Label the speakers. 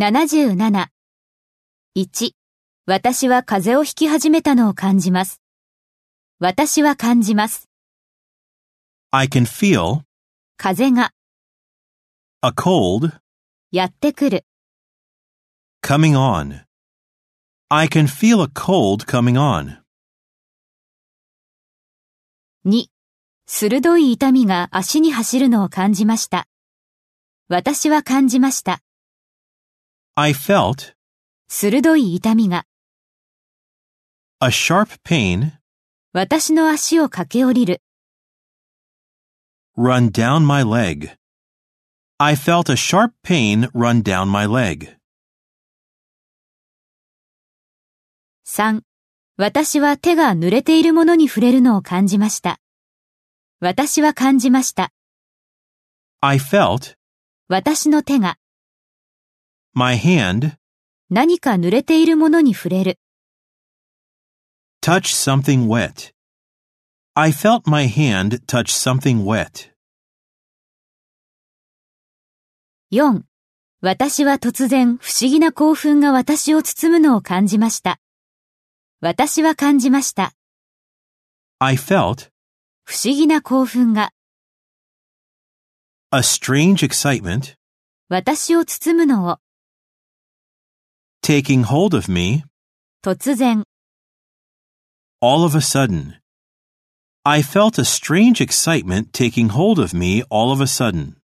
Speaker 1: 77。1、私は風邪をひき始めたのを感じます。私は感じます。
Speaker 2: I can feel
Speaker 1: 風が、
Speaker 2: a cold
Speaker 1: やってくる。
Speaker 2: coming on. I can feel a cold coming on.
Speaker 1: 2、鋭い痛みが足に走るのを感じました。私は感じました。
Speaker 2: I felt
Speaker 1: 鋭い痛みが、
Speaker 2: a sharp pain
Speaker 1: 私の足を駆け下りる。
Speaker 2: run down my leg. I felt a sharp pain run down my leg.
Speaker 1: 3、私は手が濡れているものに触れるのを感じました。私は感じました。
Speaker 2: I felt
Speaker 1: 私の手が
Speaker 2: my hand
Speaker 1: 何か濡れているものに触れる。
Speaker 2: touch something wet. I felt my hand touch something wet.
Speaker 1: 4. 私は突然不思議な興奮が私を包むのを感じました。私は感じました。
Speaker 2: I felt
Speaker 1: 不思議な興奮が
Speaker 2: a strange excitement
Speaker 1: 私を包むのを
Speaker 2: taking hold of me
Speaker 1: 突然
Speaker 2: all of a sudden. I felt a strange excitement taking hold of me all of a sudden.